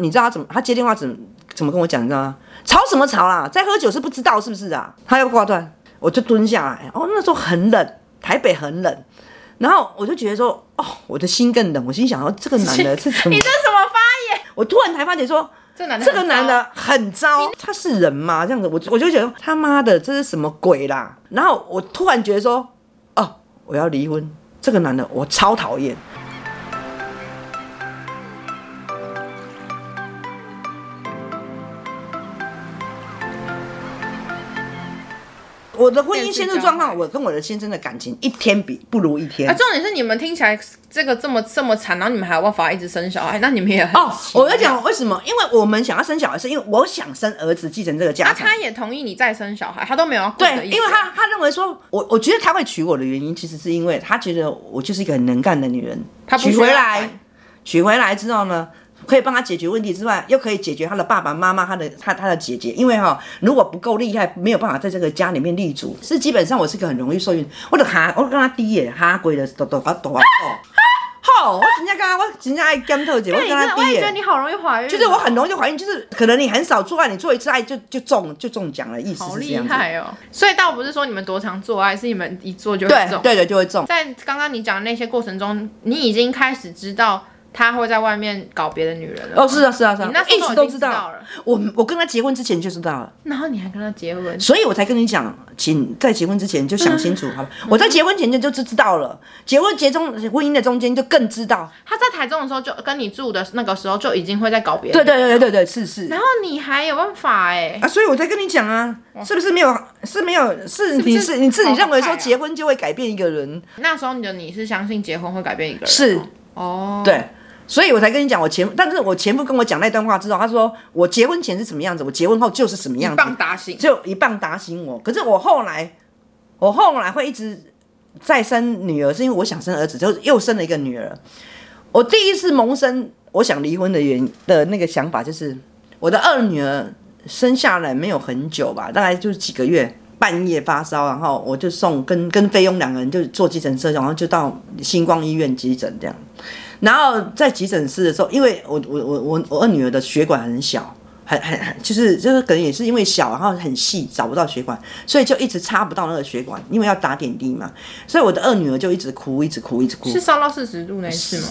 你知道他怎么？他接电话怎么怎么跟我讲？你知道吗？吵什么吵啦？在喝酒是不知道是不是啊？他要挂断，我就蹲下来。哦，那时候很冷，台北很冷，然后我就觉得说，哦，我的心更冷。我心想说，这个男的是怎么你？这什么发言？我突然才发觉说，这男的这很个男的很糟，他是人吗？这样子，我我就觉得他妈的这是什么鬼啦？然后我突然觉得说，哦，我要离婚。这个男的我超讨厌。我的婚姻现在状况，我跟我的先生的感情一天比不如一天。啊，重点是你们听起来这个这么这么惨，然后你们还有办法一直生小孩，那你们也很哦，奇我在妙讲为什么？因为我们想要生小孩，是因为我想生儿子继承这个家啊，产。他也同意你再生小孩，他都没有要顾的对，意因思为他他认为说，我我觉得他会娶我的原因，其实是因为他觉得我就是一个很能干的女人。他不娶需要回管来，娶回来之后呢，可以帮他解决问题之外，又可以解决他的爸爸妈妈、他的他他的姐姐。因为哈、如果不够厉害，没有办法在这个家里面立足。是基本上我是个很容易受孕，我的哈，我跟他低耶哈鬼的都都啊都啊吼，吼，我真正跟他，我真正爱检讨一下，我对跟你真他的，我低也觉得耶。你好容易怀孕哦，就是我很容易就怀孕，就是可能你很少做爱，你做一次爱就就中就中奖了，意思好是这厉样子。害哦。所以倒不是说你们多常做爱，是你们一做就会对中。对的，就会中。在刚刚你讲的那些过程中，你已经开始知道他会在外面搞别的女人了。哦，是啊，是啊，是啊，你那时一候直都都已经知知道道了。我我跟他结婚之前就知道了，然后你还跟他结婚，所以我才跟你讲，请在结婚之前就想清楚，好吧？我在结婚前就就知道了，结婚结中婚姻的中间就更知道。他在台中的时候就跟你住的那个时候就已经会在搞别的。对对。对对对对，是是然后哦你还有办法哎、啊，所以我才跟你讲啊，是不是没有？是没有？是不你是是你自己好认为快说啊结婚就会改变一个人，那时候你的你是相信结婚会改变一个人哦，是哦，对。所以我才跟你讲，我前，但是我前夫跟我讲那段话之后，他说我结婚前是什么样子，我结婚后就是什么样一子，棒打醒。就一棒打醒我。可是我后来，我后来会一直再生女儿，是因为我想生儿子，就又生了一个女儿。我第一次萌生我想离婚的原的那个想法，就是我的二女儿生下来没有很久吧，大概就是几个月。半夜发烧，然后我就送跟跟菲佣两个人就坐计程车，然后就到星光医院急诊这样。然后在急诊室的时候，因为我我我我我二女儿的血管很小，很很很就是就是可能也是因为小，然后很细找不到血管，所以就一直插不到那个血管，因为要打点滴嘛。所以我的二女儿就一直哭，一直哭，一直哭，是烧到四十度那一次吗？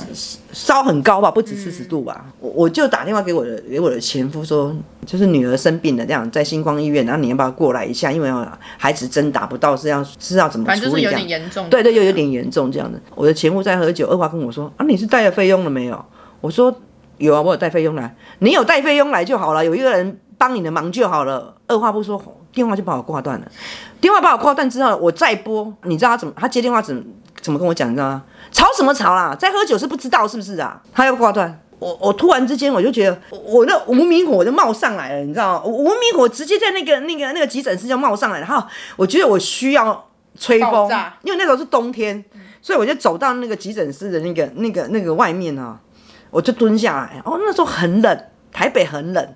烧很高吧，不止四嗯十度吧。我我就打电话给我的给我的前夫说，就是女儿生病了，这样在星光医院，然后你要不要过来一下？因为啊孩子针打不到，是要是要怎么反正就处是理这有样点？严重。对对，又有点严重这样子。我的前夫在喝酒，二话跟我说啊，你是带了费用了没有？我说有啊，我有带费用来。你有带费用来就好了，有一个人帮你的忙就好了。二话不说，电话就把我挂断了。电话把我挂断之后，我再拨，你知道他怎么？他接电话怎么怎么跟我讲？你知道吗？吵什么吵啦？在喝酒是不知道是不是啊？他要挂断。我我突然之间我就觉得我我那无名火就冒上来了，你知道吗？我无名火直接在那个那个那个急诊室就冒上来了，然后我觉得我需要吹爆风炸，因为那时候是冬天，所以我就走到那个急诊室的那个那个那个外面啊，我就蹲下来。哦，那时候很冷，台北很冷，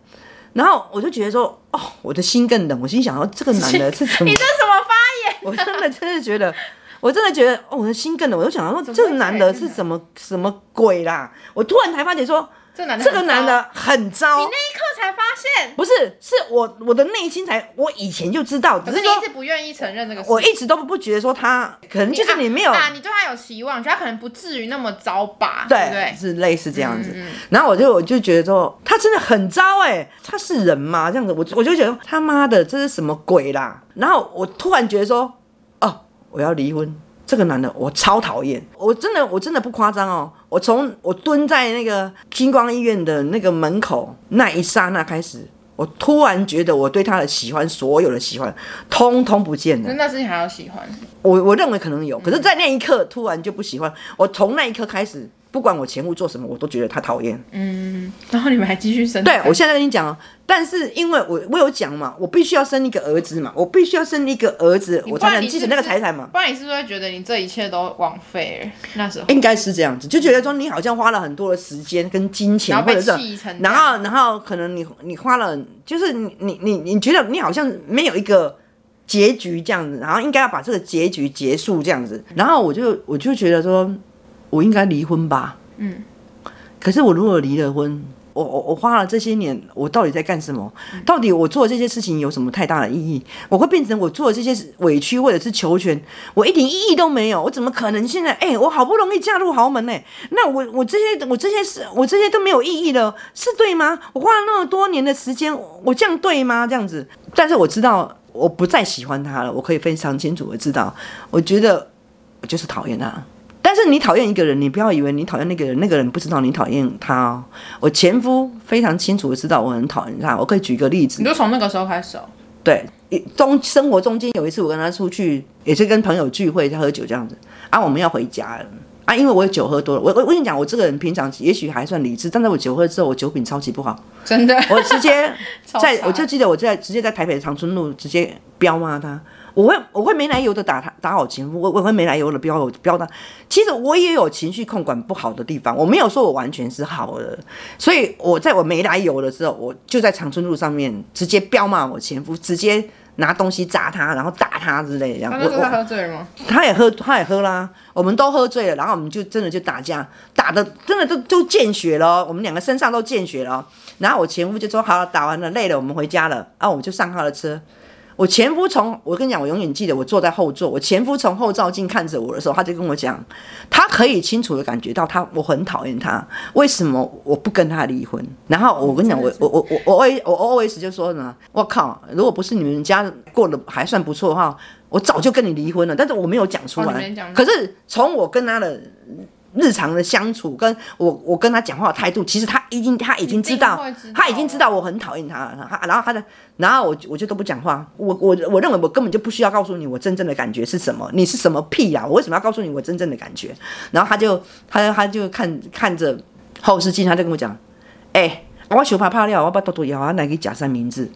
然后我就觉得说，哦，我的心更冷。我心想说，这个男的是怎么 你？这什么发言？我真的真的觉得，我真的觉得，哦，我的心更冷。我就想说，么会这个男的是这样啊什么什么鬼啦？我突然才发觉说，这男的这很糟，个男的很糟你。那一刻才发现，不是，是我我的内心才，我以前就知道，只可是是你说一直不愿意承认这个事。我一直都不觉得说他，可能就是你没有啊，啊你对他有期望，觉得他可能不至于那么糟吧？对不对，对？是类似这样子。然后我就我就觉得说，他真的很糟哎、他是人吗？这样子，我我就觉得他妈的这是什么鬼啦！然后我突然觉得说，哦，我要离婚。这个男的我超讨厌，我真的我真的不夸张哦，我从我蹲在那个星光医院的那个门口那一刹那开始，我突然觉得我对他的喜欢，所有的喜欢，通通不见了那。那之前还要喜欢，我我认为可能嗯有，可是，在那一刻突然就不喜欢。我从那一刻开始，不管我前夫做什么，我都觉得他讨厌。嗯然后你们还继续生。对我现在跟你讲哦，但是因为我我有讲嘛，我必须要生一个儿子嘛，我必须要生一个儿子，我才能继承那个财产嘛。不然你是不是会觉得你这一切都枉费了？那时候应该是这样子，就觉得说你好像花了很多的时间跟金钱，然后或被者是气成这然样后然后可能你你花了，就是你你你你觉得你好像没有一个结局这样子，然后应该要把这个结局结束这样子，然后我就我就觉得说，我应该离婚吧，嗯，可是我如果离了婚，我我我花了这些年，我到底在干什么？到底我做的这些事情有什么太大的意义？我会变成我做的这些委屈或者是求全，我一点意义都没有。我怎么可能现在？哎、我好不容易嫁入豪门哎、那我我这些我这些事我这些都没有意义了，是对吗？我花了那么多年的时间，我这样对吗？这样子，但是我知道我不再喜欢他了，我可以非常清楚的知道，我觉得我就是讨厌他。但是你讨厌一个人，你不要以为你讨厌那个人，那个人不知道你讨厌他哦。我前夫非常清楚的知道我很讨厌他，我可以举个例子你，就从那个时候开始哦。对，一中生活中间有一次我跟他出去，也是跟朋友聚会，在喝酒这样子啊，我们要回家了。啊，因为我酒喝多了，我我我跟你讲，我这个人平常也许还算理智，但是我酒喝之后，我酒品超级不好，真的， 我直接 超在傻我就记得我在直接在台北长春路直接彪骂他，我会我会没来由的打他打我前夫，我我会没来由的彪我彪他。其实我也有情绪控管不好的地方，我没有说我完全是好的，所以我在我没来由的时候，我就在长春路上面直接彪骂我前夫，直接拿东西砸他，然后打他之类的。这样他我那时候他我喝醉了吗？他也喝他也喝啦，我们都喝醉了，然后我们就真的就打架，打的真的都都见血了哦，我们两个身上都见血了哦。然后我前夫就说：“好了，打完了，累了，我们回家了。”啊，我们就上他的车。我前夫从我跟你讲，我永远记得，我坐在后座，我前夫从后照镜看着我的时候，他就跟我讲，他可以清楚的感觉到他我很讨厌他，为什么我不跟他离婚？然后我跟你讲，我我我我我我 always 就说呢，我靠，如果不是你们家过得还算不错的话，我早就跟你离婚了，但是我没有讲出哦你来没讲。可是从我跟他的日常的相处，跟我我跟他讲话的态度，其实他已经他已经知道一定会知道，他已经知道我很讨厌他了。他然后他的，然后我就我就都不讲话。我我我认为我根本就不需要告诉你我真正的感觉是什么，你是什么屁啊呀、我为什么要告诉你我真正的感觉？然后他就他他就看看着后视镜，他就跟我讲，哎、我小怕怕料，我把多多摇啊，来给假三明治。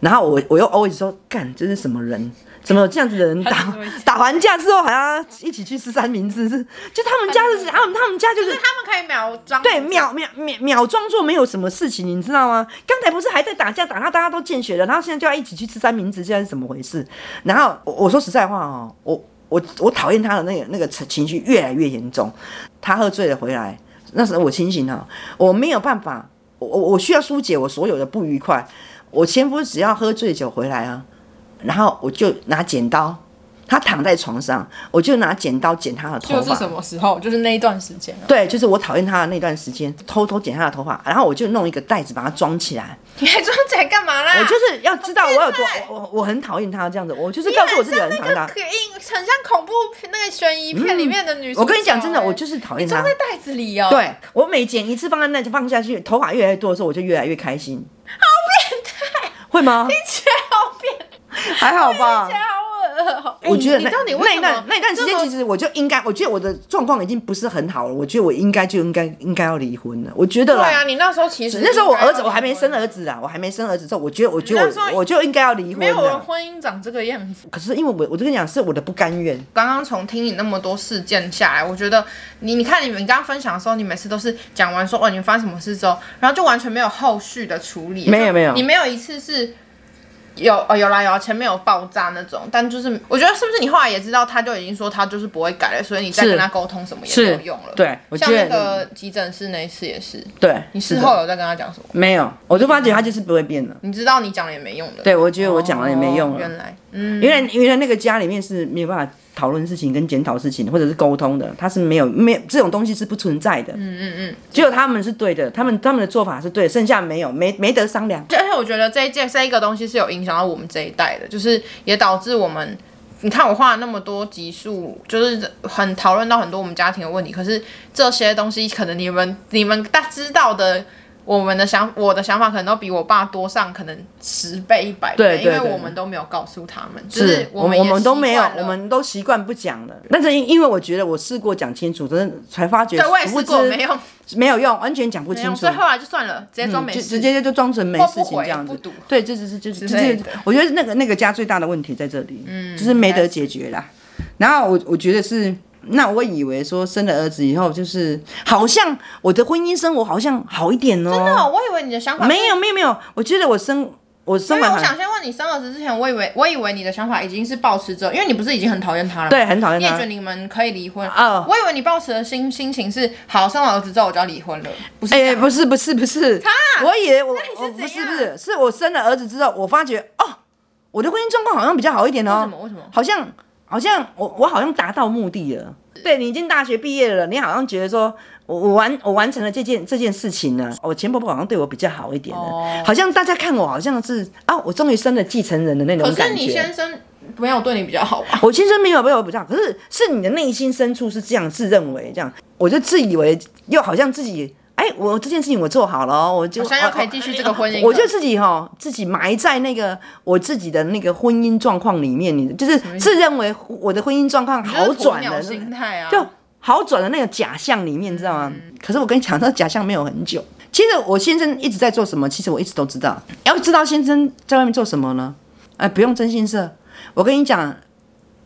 然后我我又 always 说，干，这是什么人？怎么有这样子的人打 他怎么会这样打完架之后还要一起去吃三明治？是就他们家是他们他们家就是就是他们可以秒张，对，秒秒秒秒装作没有什么事情，你知道吗？刚才不是还在打架打到大家都见血了，然后现在就要一起去吃三明治，现在是怎么回事？然后我我说实在话哦，我我我讨厌他的那个那个情绪越来越严重，他喝醉了回来，那时候我清醒了，我没有办法，我我我需要疏解我所有的不愉快。我前夫只要喝醉酒回来啊，然后我就拿剪刀，他躺在床上，我就拿剪刀剪他的头发。就是什么时候？就是那一段时间哦。对，就是我讨厌他的那段时间，偷偷剪他的头发，然后我就弄一个袋子把它装起来。 你还装起来干嘛啦？我就是要知道我有多啊好欸变态我我我很讨厌他这样子，我就是告诉我自己很啊讨厌他那个。影很像恐怖片那个悬疑片里面的女主嗯角、我跟你讲，真的，哎我就是讨厌装他。在袋子里哦。，对我每剪一次放在那就放下去，头发越来越多的时候，我就越来越开心。好变态，会吗？听起来好变态，还好吧听起。来好恶哦。哎我觉得你那你到底那为一什段么那一段时间，这么其实我就应该，我觉得我的状况已经不是很好了，我觉得我应该就应该应该要离婚了，我觉得对啦。啊，你那时候其实那时候我儿子应该要离我婚还没生儿子啊，我还没生儿子之后，我觉得我觉那时得候我我就应该要离没婚有哦人了。婚姻长这个样子。可是因为我我就跟你讲，是我的不甘愿。刚刚从听你那么多事件下来，我觉得你你看你们刚刚分享的时候，你每次都是讲完说哦你们发生什么事之后，然后就完全没有后续的处理，没有没有你没有一次是有哦有啦有啦，前面有爆炸那种，但就是我觉得是不是你后来也知道，他就已经说他就是不会改了，所以你再是跟他沟通什么也没有用了。对我像觉那得个急诊室那一次也是，对，你是事的后有在跟他讲什么？没有？我就发觉他就是不会变的。你知道你讲了也没用的，，对，我觉得我讲了也没用哦、了。原来，嗯，原来原来那个家里面是没有办法讨论事情跟检讨事情，或者是沟通的，他是没有没有这种东西是不存在的。嗯嗯嗯，只有他们是对的，他们他们的做法是对的，剩下没有没没得商量。而且我觉得这一件这一个东西是有影响到我们这一代的，就是也导致我们，你看我花了那么多集数，就是很讨论到很多我们家庭的问题，可是这些东西可能你们你们大知道的。我们的想，我的想法可能都比我爸多上可能十倍、一百对倍，因对为对我们都没有告诉他们，就是我们我也们都没有习惯，了我们都习惯不讲了。但是因因为我觉得我试过讲清楚，真的才发觉，对我也殊不试过知没用，没有用，完全讲不没清用，楚所以。后来就算了，直接装没就事，直接就装成没或事不情回这样不子读，对，这就是就是之就类是的，我觉得那个那个家最大的问题在这里，嗯，就是没得解决啦。然后我我觉得是，那我以为说生了儿子以后，就是好像我的婚姻生活好像好一点哦，真的哦、我以为你的想法是没有没有没有，我觉得我生我生因为完我孩想先问你生儿子之前，我以为我以为你的想法已经是抱持着，因为你不是已经很讨厌他了吗？对很讨厌你也他觉得你们可以离婚啊我以为你抱持的心心情是，好生完儿子之后我就要离婚了，不是这哎、样？不是不是不是，我以为我你是我怎不是样不是，是我生了儿子之后，我发觉哦，我的婚姻状况好像比较好一点哦。为什么为什么好像好像我我好像达到目的了。对你已经大学毕业了，你好像觉得说我我完我完成了这件这件事情了，我前婆婆好像对我比较好一点了，哦好像大家看我好像是啊，我终于生了继承人的那种可感觉。是你先生没有对你比较好吧？我先生没有被我比较好，可是是你的内心深处是这样自认为这样，我就自以为又好像自己哎，我这件事情我做好了哦，我就好像又可以哦哦继续这个婚姻了我就自己哈、自己埋在那个我自己的那个婚姻状况里面，你就是自认为我的婚姻状况好转就是鸵鸟了，心态 啊，就好转的那个假象里面，你知道吗？嗯可是我跟你讲，那假象没有很久。其实我先生一直在做什么，其实我一直都知道。要知道先生在外面做什么呢？哎、不用真心社。我跟你讲，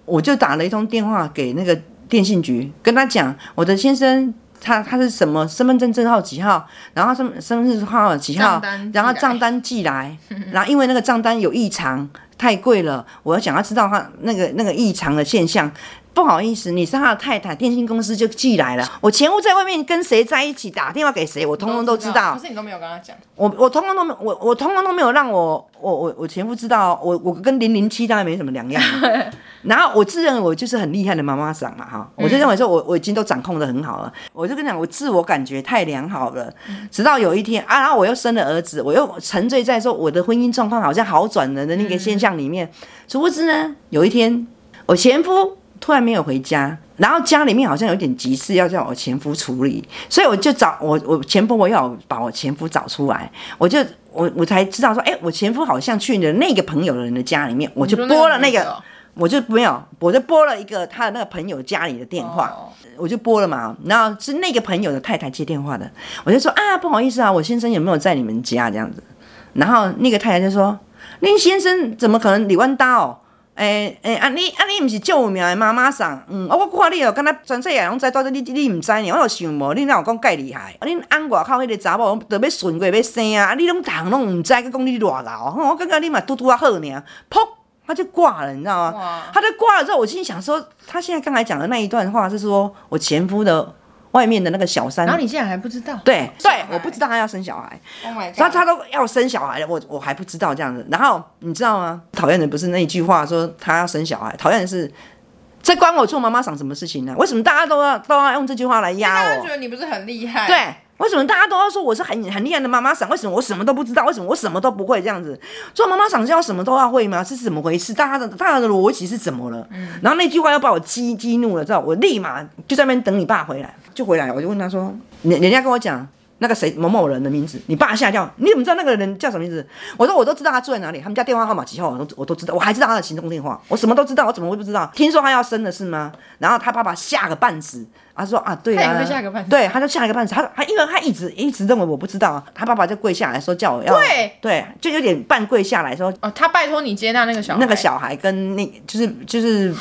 我就打了一通电话给那个电信局，跟他讲我的先生。他他是什么身份证证号几号，然后身身份证号几号账单，然后寄来账单寄来， 然后因为那个账单有异常，太贵了，我要想要知道他那个那个异常的现象，不好意思，你是他的太太，电信公司就寄来了。我前夫在外面跟谁在一起，打电话给谁，我通通都知道可。是你都没有跟他讲。我我通通都没我我通通都没有让我我我我前夫知道哦，我我跟零零七当然没什么两样啊。然后我自认为我就是很厉害的妈妈桑嘛啊哈，我就认为说我我已经都掌控的很好了。我就跟你讲，我自我感觉太良好了。直到有一天啊，然后我又生了儿子，我又沉醉在说我的婚姻状况好像好转了的那个现象里面。殊不知呢，有一天我前夫突然没有回家，然后家里面好像有点急事要叫我前夫处理，所以我就找我我前婆婆要我把我前夫找出来，我就我我才知道说，哎、我前夫好像去了那个朋友的人的家里面，我就你说拨了那女的个哦。我就没有，我就拨了一个他的那个朋友家里的电话哦我就拨了嘛，然后是那个朋友的太太接电话的，我就说啊，不好意思啊，我先生有没有在你们家这样子？然后那个太太就说，恁先生怎么可能李万达哦？诶诶，啊你啊你毋是照有名的妈妈桑，嗯，啊我看你哦，敢若全世界拢知，到底你你毋知呢？我有想无，你哪有讲介厉害？啊恁翁外口迄个查某，都要顺过要生啊，啊你拢逐项拢毋知，佮讲你偌老，哼我感觉你嘛拄拄啊好尔，噗，他就挂了，你知道吗哇？他就挂了之后，我心想说，他现在刚才讲的那一段话是说我前夫的外面的那个小三然，后你竟然还不知道？对小对孩，我不知道他要生小孩。 ，Oh my 他 god！他都要生小孩了，我我还不知道这样子。然后你知道吗？讨厌的不是那一句话说他要生小孩，讨厌的是这关我做妈妈想什么事情呢？为什么大家都要都要用这句话来压大家我觉？得你不是很厉害，对，，为什么大家都要说我是很很厉害的妈妈桑？为什么我什么都不知道？为什么我什么都不会这样子？做妈妈桑是要什么都要会吗？是怎么回事？大家的大家的逻辑是怎么了？嗯然后那句话又把我激激怒了，之后我立马就在那边等你爸回来，就回来，我就问他说，人人家跟我讲。那个谁某某人的名字，你爸吓掉，你怎么知道那个人叫什么名字？我说我都知道他住在哪里，他们家电话号码几号，我都我都知道，我还知道他的行动电话，我什么都知道，我怎么会不知道？听说他要生了是吗？然后他爸爸吓个半死，他说啊，对他啊，也会吓个半死对，他就吓一个半死，他他因为他一直一直认为我不知道啊，他爸爸就跪下来说叫我要对对，就有点半跪下来说哦，他拜托你接纳那个小孩，那个小孩跟那就是就是，然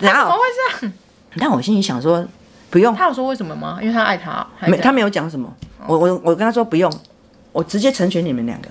怎么后会这样？但我心里想说不用，他有说为什么吗？因为他爱他，还没是他没有讲什么，我我我跟他说不用，我直接成全你们两个，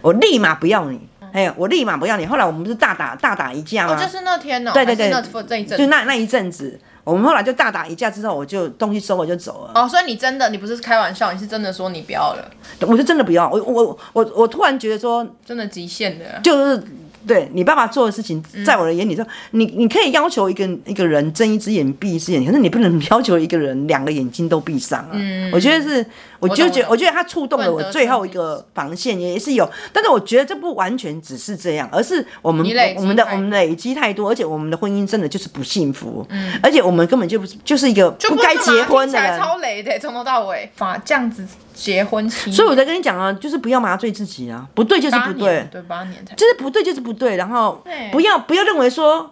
我立马不要你，哎呀，我立马不要你。后来我们不是大打大打一架吗？嗯哦，就是那天哦，啊对对对还是那这一阵就子那那一阵子，我们后来就大打一架之后，我就东西收了就走了。哦，所以你真的你不是开玩笑，你是真的说你不要了，我就真的不要，我我我我突然觉得说真的极限的。就是对你爸爸做的事情，嗯在我的眼里说，你你可以要求一个一个人睁一只眼闭一只眼，可是你不能要求一个人两个眼睛都闭上啊。我觉得是，我就觉嗯我懂我觉得他触动了不我能得最后一寸进个防线，也是有，但是我觉得这不完全只是这样，而是我们你累积我们的太多我们的累积太多，而且我们的婚姻真的就是不幸福，而且我们根本就不是就是一个不该嗯是嘛结婚听起的来人。超雷的，从头到尾，法这样子结婚期，所以我在跟你讲啊，就是不要麻醉自己啊，不对就是八不对年，，对，八年才就是不对就是不对，然后对不要不要认为说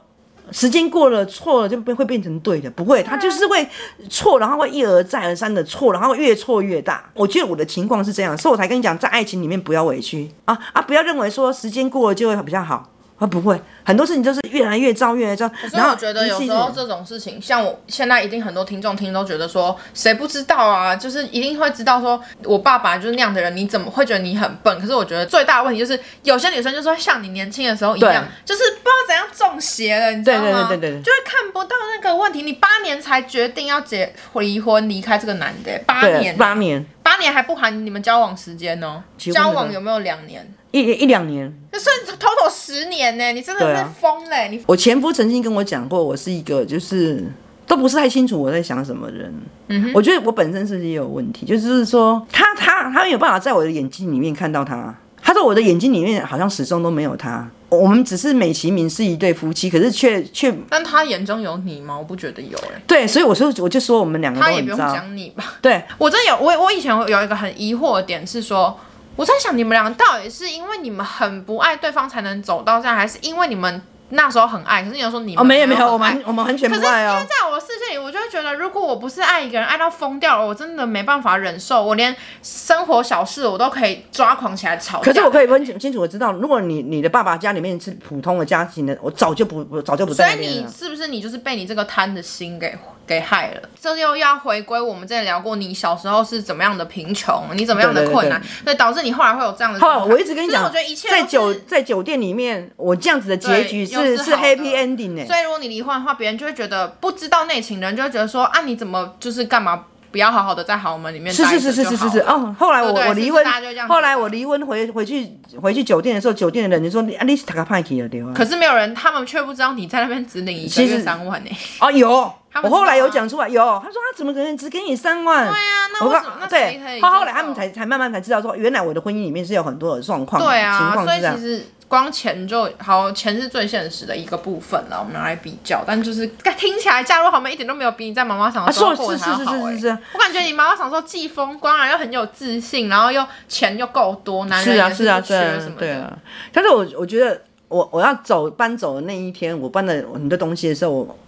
时间过了错了就变会变成对的，不会，他啊就是会错，然后会一而再而三的错，然后越错越大。我觉得我的情况是这样，所以我才跟你讲，在爱情里面不要委屈啊啊，不要认为说时间过了就会比较好。啊，不会，很多事情就是越来越糟，越来越糟。所以然后我觉得有一时系列候这种事情，像我现在一定很多听众听都觉得说，谁不知道啊？就是一定会知道说，我爸爸就是那样的人，你怎么会觉得你很笨？可是我觉得最大的问题就是，有些女生就是会像你年轻的时候一样对，就是不知道怎样中邪了，你知道吗？对对对对对就会看不到那个问题。你八年才决定要结离婚，离开这个男的，八对年，八年八年还不含你们交往时间哦，结婚交的往呢有没有两年？一一两年，那算 total 十年呢、你真的对是啊疯嘞、你我前夫曾经跟我讲过，我是一个就是都不是太清楚我在想什么的人。嗯，我觉得我本身是不是也有问题，就是说他他他没有办法在我的眼睛里面看到他。他说我的眼睛里面好像始终都没有他。我们只是美其名是一对夫妻，可是却却但他眼中有你吗？我不觉得有哎、对，所以我说我就说我们两个都他也很不用糟。讲你吧。 对，我真有我我以前有一个很疑惑的点是说，我在想你们两个到底是因为你们很不爱对方才能走到这样，还是因为你们那时候很爱？可是你又说你们哦，没有没有有，我很爱们我们完全可是不因爱哦为。在我的世界里，我就会觉得，如果我不是爱一个人爱到疯掉了，我真的没办法忍受，我连生活小事我都可以抓狂起来吵架。可是我可以很清楚的知道，如果你你的爸爸家里面是普通的家庭的，我早就不不早就不所在以那边你了。是不是你就是被你这个贪的心给给害了？这又要回归我们之前聊过，你小时候是怎么样的贫穷，你怎么样的困难，对所以导致你后来会有这样的后状来态。哦我一直跟你讲，所以我觉得一切都在是酒在酒店里面，我这样子的结局对又是是是好的 happy ending 呢、所以如果你离婚的话，别人就会觉得不知道内情的人就会觉得说啊，你怎么就是干嘛不要好好的在豪门里面是待着是是是就是好是是了哦，后来我对对我是离是婚大家就这样，子后来我离婚回回去回去酒店的时候，酒店的人就说你啊你是打个派去了对吧？可是没有人，他们却不知道你在那边只领一个其实月三万呢、 哦有，他我们后来知道有吗讲出来有，他说他怎么可能只给你三万？对啊，那我为告什么？那谁可对，以后后来接受他们才才慢慢才知道说，原来我的婚姻里面是有很多的状况，对情啊，况所以是这样其。实光钱就好，钱是最现实的一个部分了。我们拿来比较，但就是听起来嫁入豪门一点都没有比你在妈妈厂的时候啊是过得还要好、是是是是是欸我感觉你妈妈厂说既风光啊，又很有自信，然后又钱又够多，男人是啊，也是啊，不对啊缺什么，的对啊。但是我我觉得我我要走搬走的那一天，我搬了很多东西的时候，我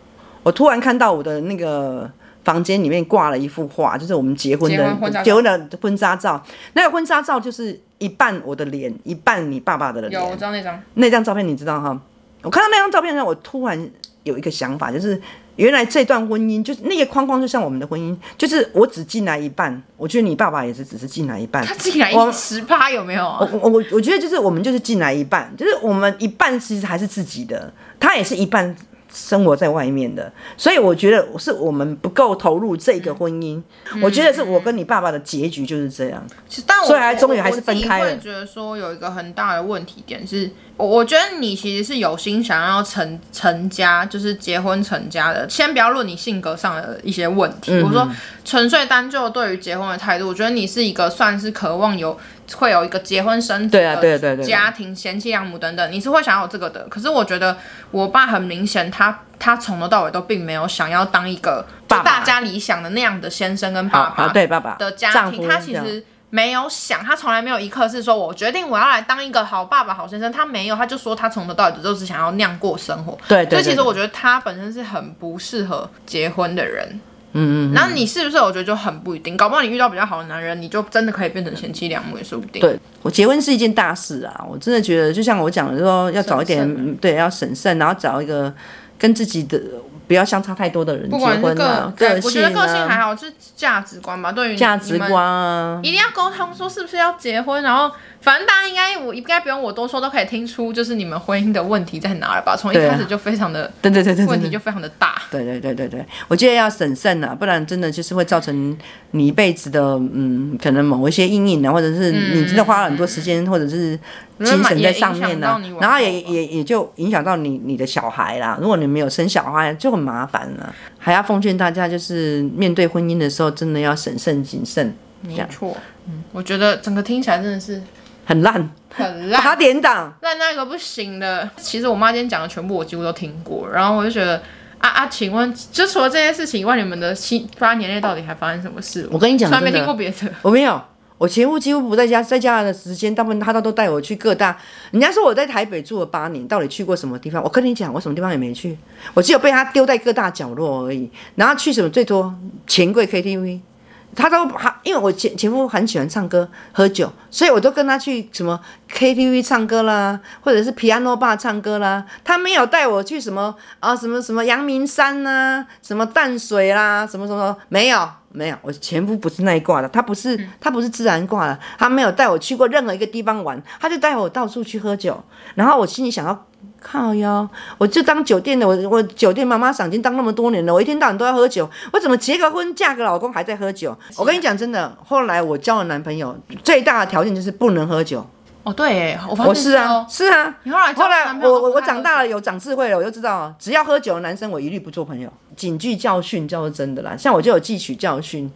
我突然看到我的那个房间里面挂了一幅画，就是我们结婚结婚婚纱的照结婚的婚纱照。那个婚纱照就是一半我的脸，一半你爸爸的脸有，。我知道那张，那张照片你知道哈？我看到那张照片呢，我突然有一个想法，就是原来这段婚姻就是那个框框，就像我们的婚姻，就是我只进来一半，我觉得你爸爸也是只是进来一半他。竟然我一十趴有没有啊？我我我觉得就是我们就是进来一半，就是我们一半其实还是自己的，他也是一半生活在外面的，所以我觉得是我们不够投入这个婚姻。嗯我觉得是我跟你爸爸的结局就是这样。其实但我所以还终于还是分开了我我自己会觉得说有一个很大的问题点是，我我觉得你其实是有心想要成成家，就是结婚成家的。先不要论你性格上的一些问题，嗯我说纯粹单就对于结婚的态度，我觉得你是一个算是渴望有会有一个结婚生子对啊对啊对啊的对啊家庭、贤妻良母等等，你是会想要有这个的。可是我觉得我爸很明显他。他从头到尾都并没有想要当一个就爸爸大家理想的那样的先生跟爸爸啊，，对爸爸的家丈庭，夫他其这样嗯实没有想，他从来没有一刻是说我决定我要来当一个好爸爸、好先生，他没有，他就说他从头到尾都是想要那样过生活。对所对以对其实对我觉得他本身是很不适合结婚的人。嗯嗯，然后你是不是？我觉得就很不一定，搞不好你遇到比较好的男人，你就真的可以变成贤妻良母也说不定。对我结婚是一件大事啊，我真的觉得就像我讲的说，要找一点审慎嗯对，要审慎，然后找一个跟自己的不要相差太多的人不结管是婚个啊，对我觉性得个性还啊，好，就是价值观吧。对于你价值，你观们啊，一定要沟通说是不是要结婚，然后反正大家应该我应该不用我多说，都可以听出就是你们婚姻的问题在哪了吧？从一对啊开始就非常的对对对对对问对题就非常的大。对对对对对，我觉得要审慎啊，不然真的就是会造成你一辈子的嗯，可能某一些阴影啊，或者是你真的花了很多时间，或者是精神在上面呢、也影响到你往后吧然后也也也就影响到你你的小孩啦。如果你没有生小孩，就很麻烦了、还要奉劝大家，就是面对婚姻的时候，真的要审慎谨慎，没错，嗯，我觉得整个听起来真的是很烂，很烂，打点档。烂到一个不行的。其实我妈今天讲的全部我几乎都听过，然后我就觉得啊啊，请问就除了这些事情以外，你们的七八年内到底还发生什么事？我跟你讲从来没真的听过别的。 我没有，我前夫几乎不在家，在家的时间大部分他都都带我去各大。人家说我在台北住了八年，到底去过什么地方？我跟你讲，我什么地方也没去，我只有被他丢在各大角落而已。然后去什么最多？钱柜 KTV，他都他，因为我前前夫很喜欢唱歌、喝酒，所以我都跟他去什么 KTV 唱歌啦，或者是 piano bar 唱歌啦。他没有带我去什么啊，什么什么阳明山呐、什么淡水啦，什么什么没有没有。我前夫不是那一挂的，他不是他不是自然挂的，他没有带我去过任何一个地方玩，他就带我到处去喝酒。然后我心里想要。靠腰，我就当酒店的，我我酒店妈妈赏金当那么多年了，我一天到晚都要喝酒，我怎么结个婚嫁个老公还在喝酒？我跟你讲真的，后来我交了男朋友，最大的条件就是不能喝酒。哦，对耶，我发现我是啊，哦，是啊。你后来后来我我我长大了，了有长智慧了，我就知道，只要喝酒的男生，我一律不做朋友。警句教训叫做真的啦，像我就有汲取教训，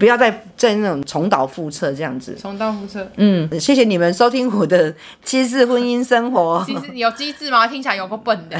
不要再再那种重蹈覆辙这样子。重蹈覆辙。嗯，谢谢你们收听我的七次婚姻生活。机智有机智吗？听起来有个笨 的。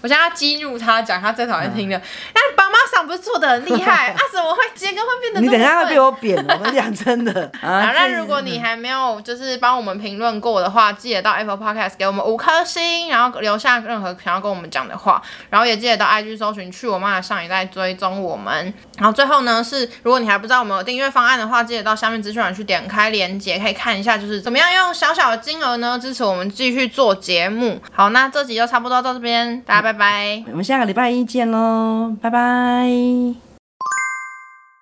我现在要激怒他，讲他最讨厌嗯听的。那爸妈上不是做的很厉 害，啊，怎么会结个婚变得你这等一下么会被笨？我扁，我跟你讲真 的啊好，那这如果你还没有就是帮我们评论过的话，记得到 Apple Podcast 给我们五颗星，然后留下任何想要跟我们讲的话，然后也记得到 IG 搜寻“去我妈的上一代”追踪我们。然后最后呢是，如果你还不知道我们有订阅方案的话，记得到下面资讯栏去点开链接，可以看一下就是怎么样用小小的金额呢支持我们继续做节目。好，那这集就差不多到这边，大家拜拜。我们下个礼拜一见喽，拜拜！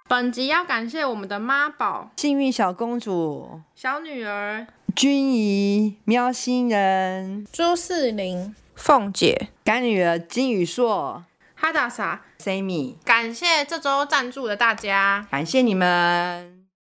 本集要感谢我们的妈宝幸运小公主、小女儿君怡、喵星人、朱四零、凤姐、干女儿金宇硕、哈达萨。 Sammy，感谢这周赞助的大家。感谢你们。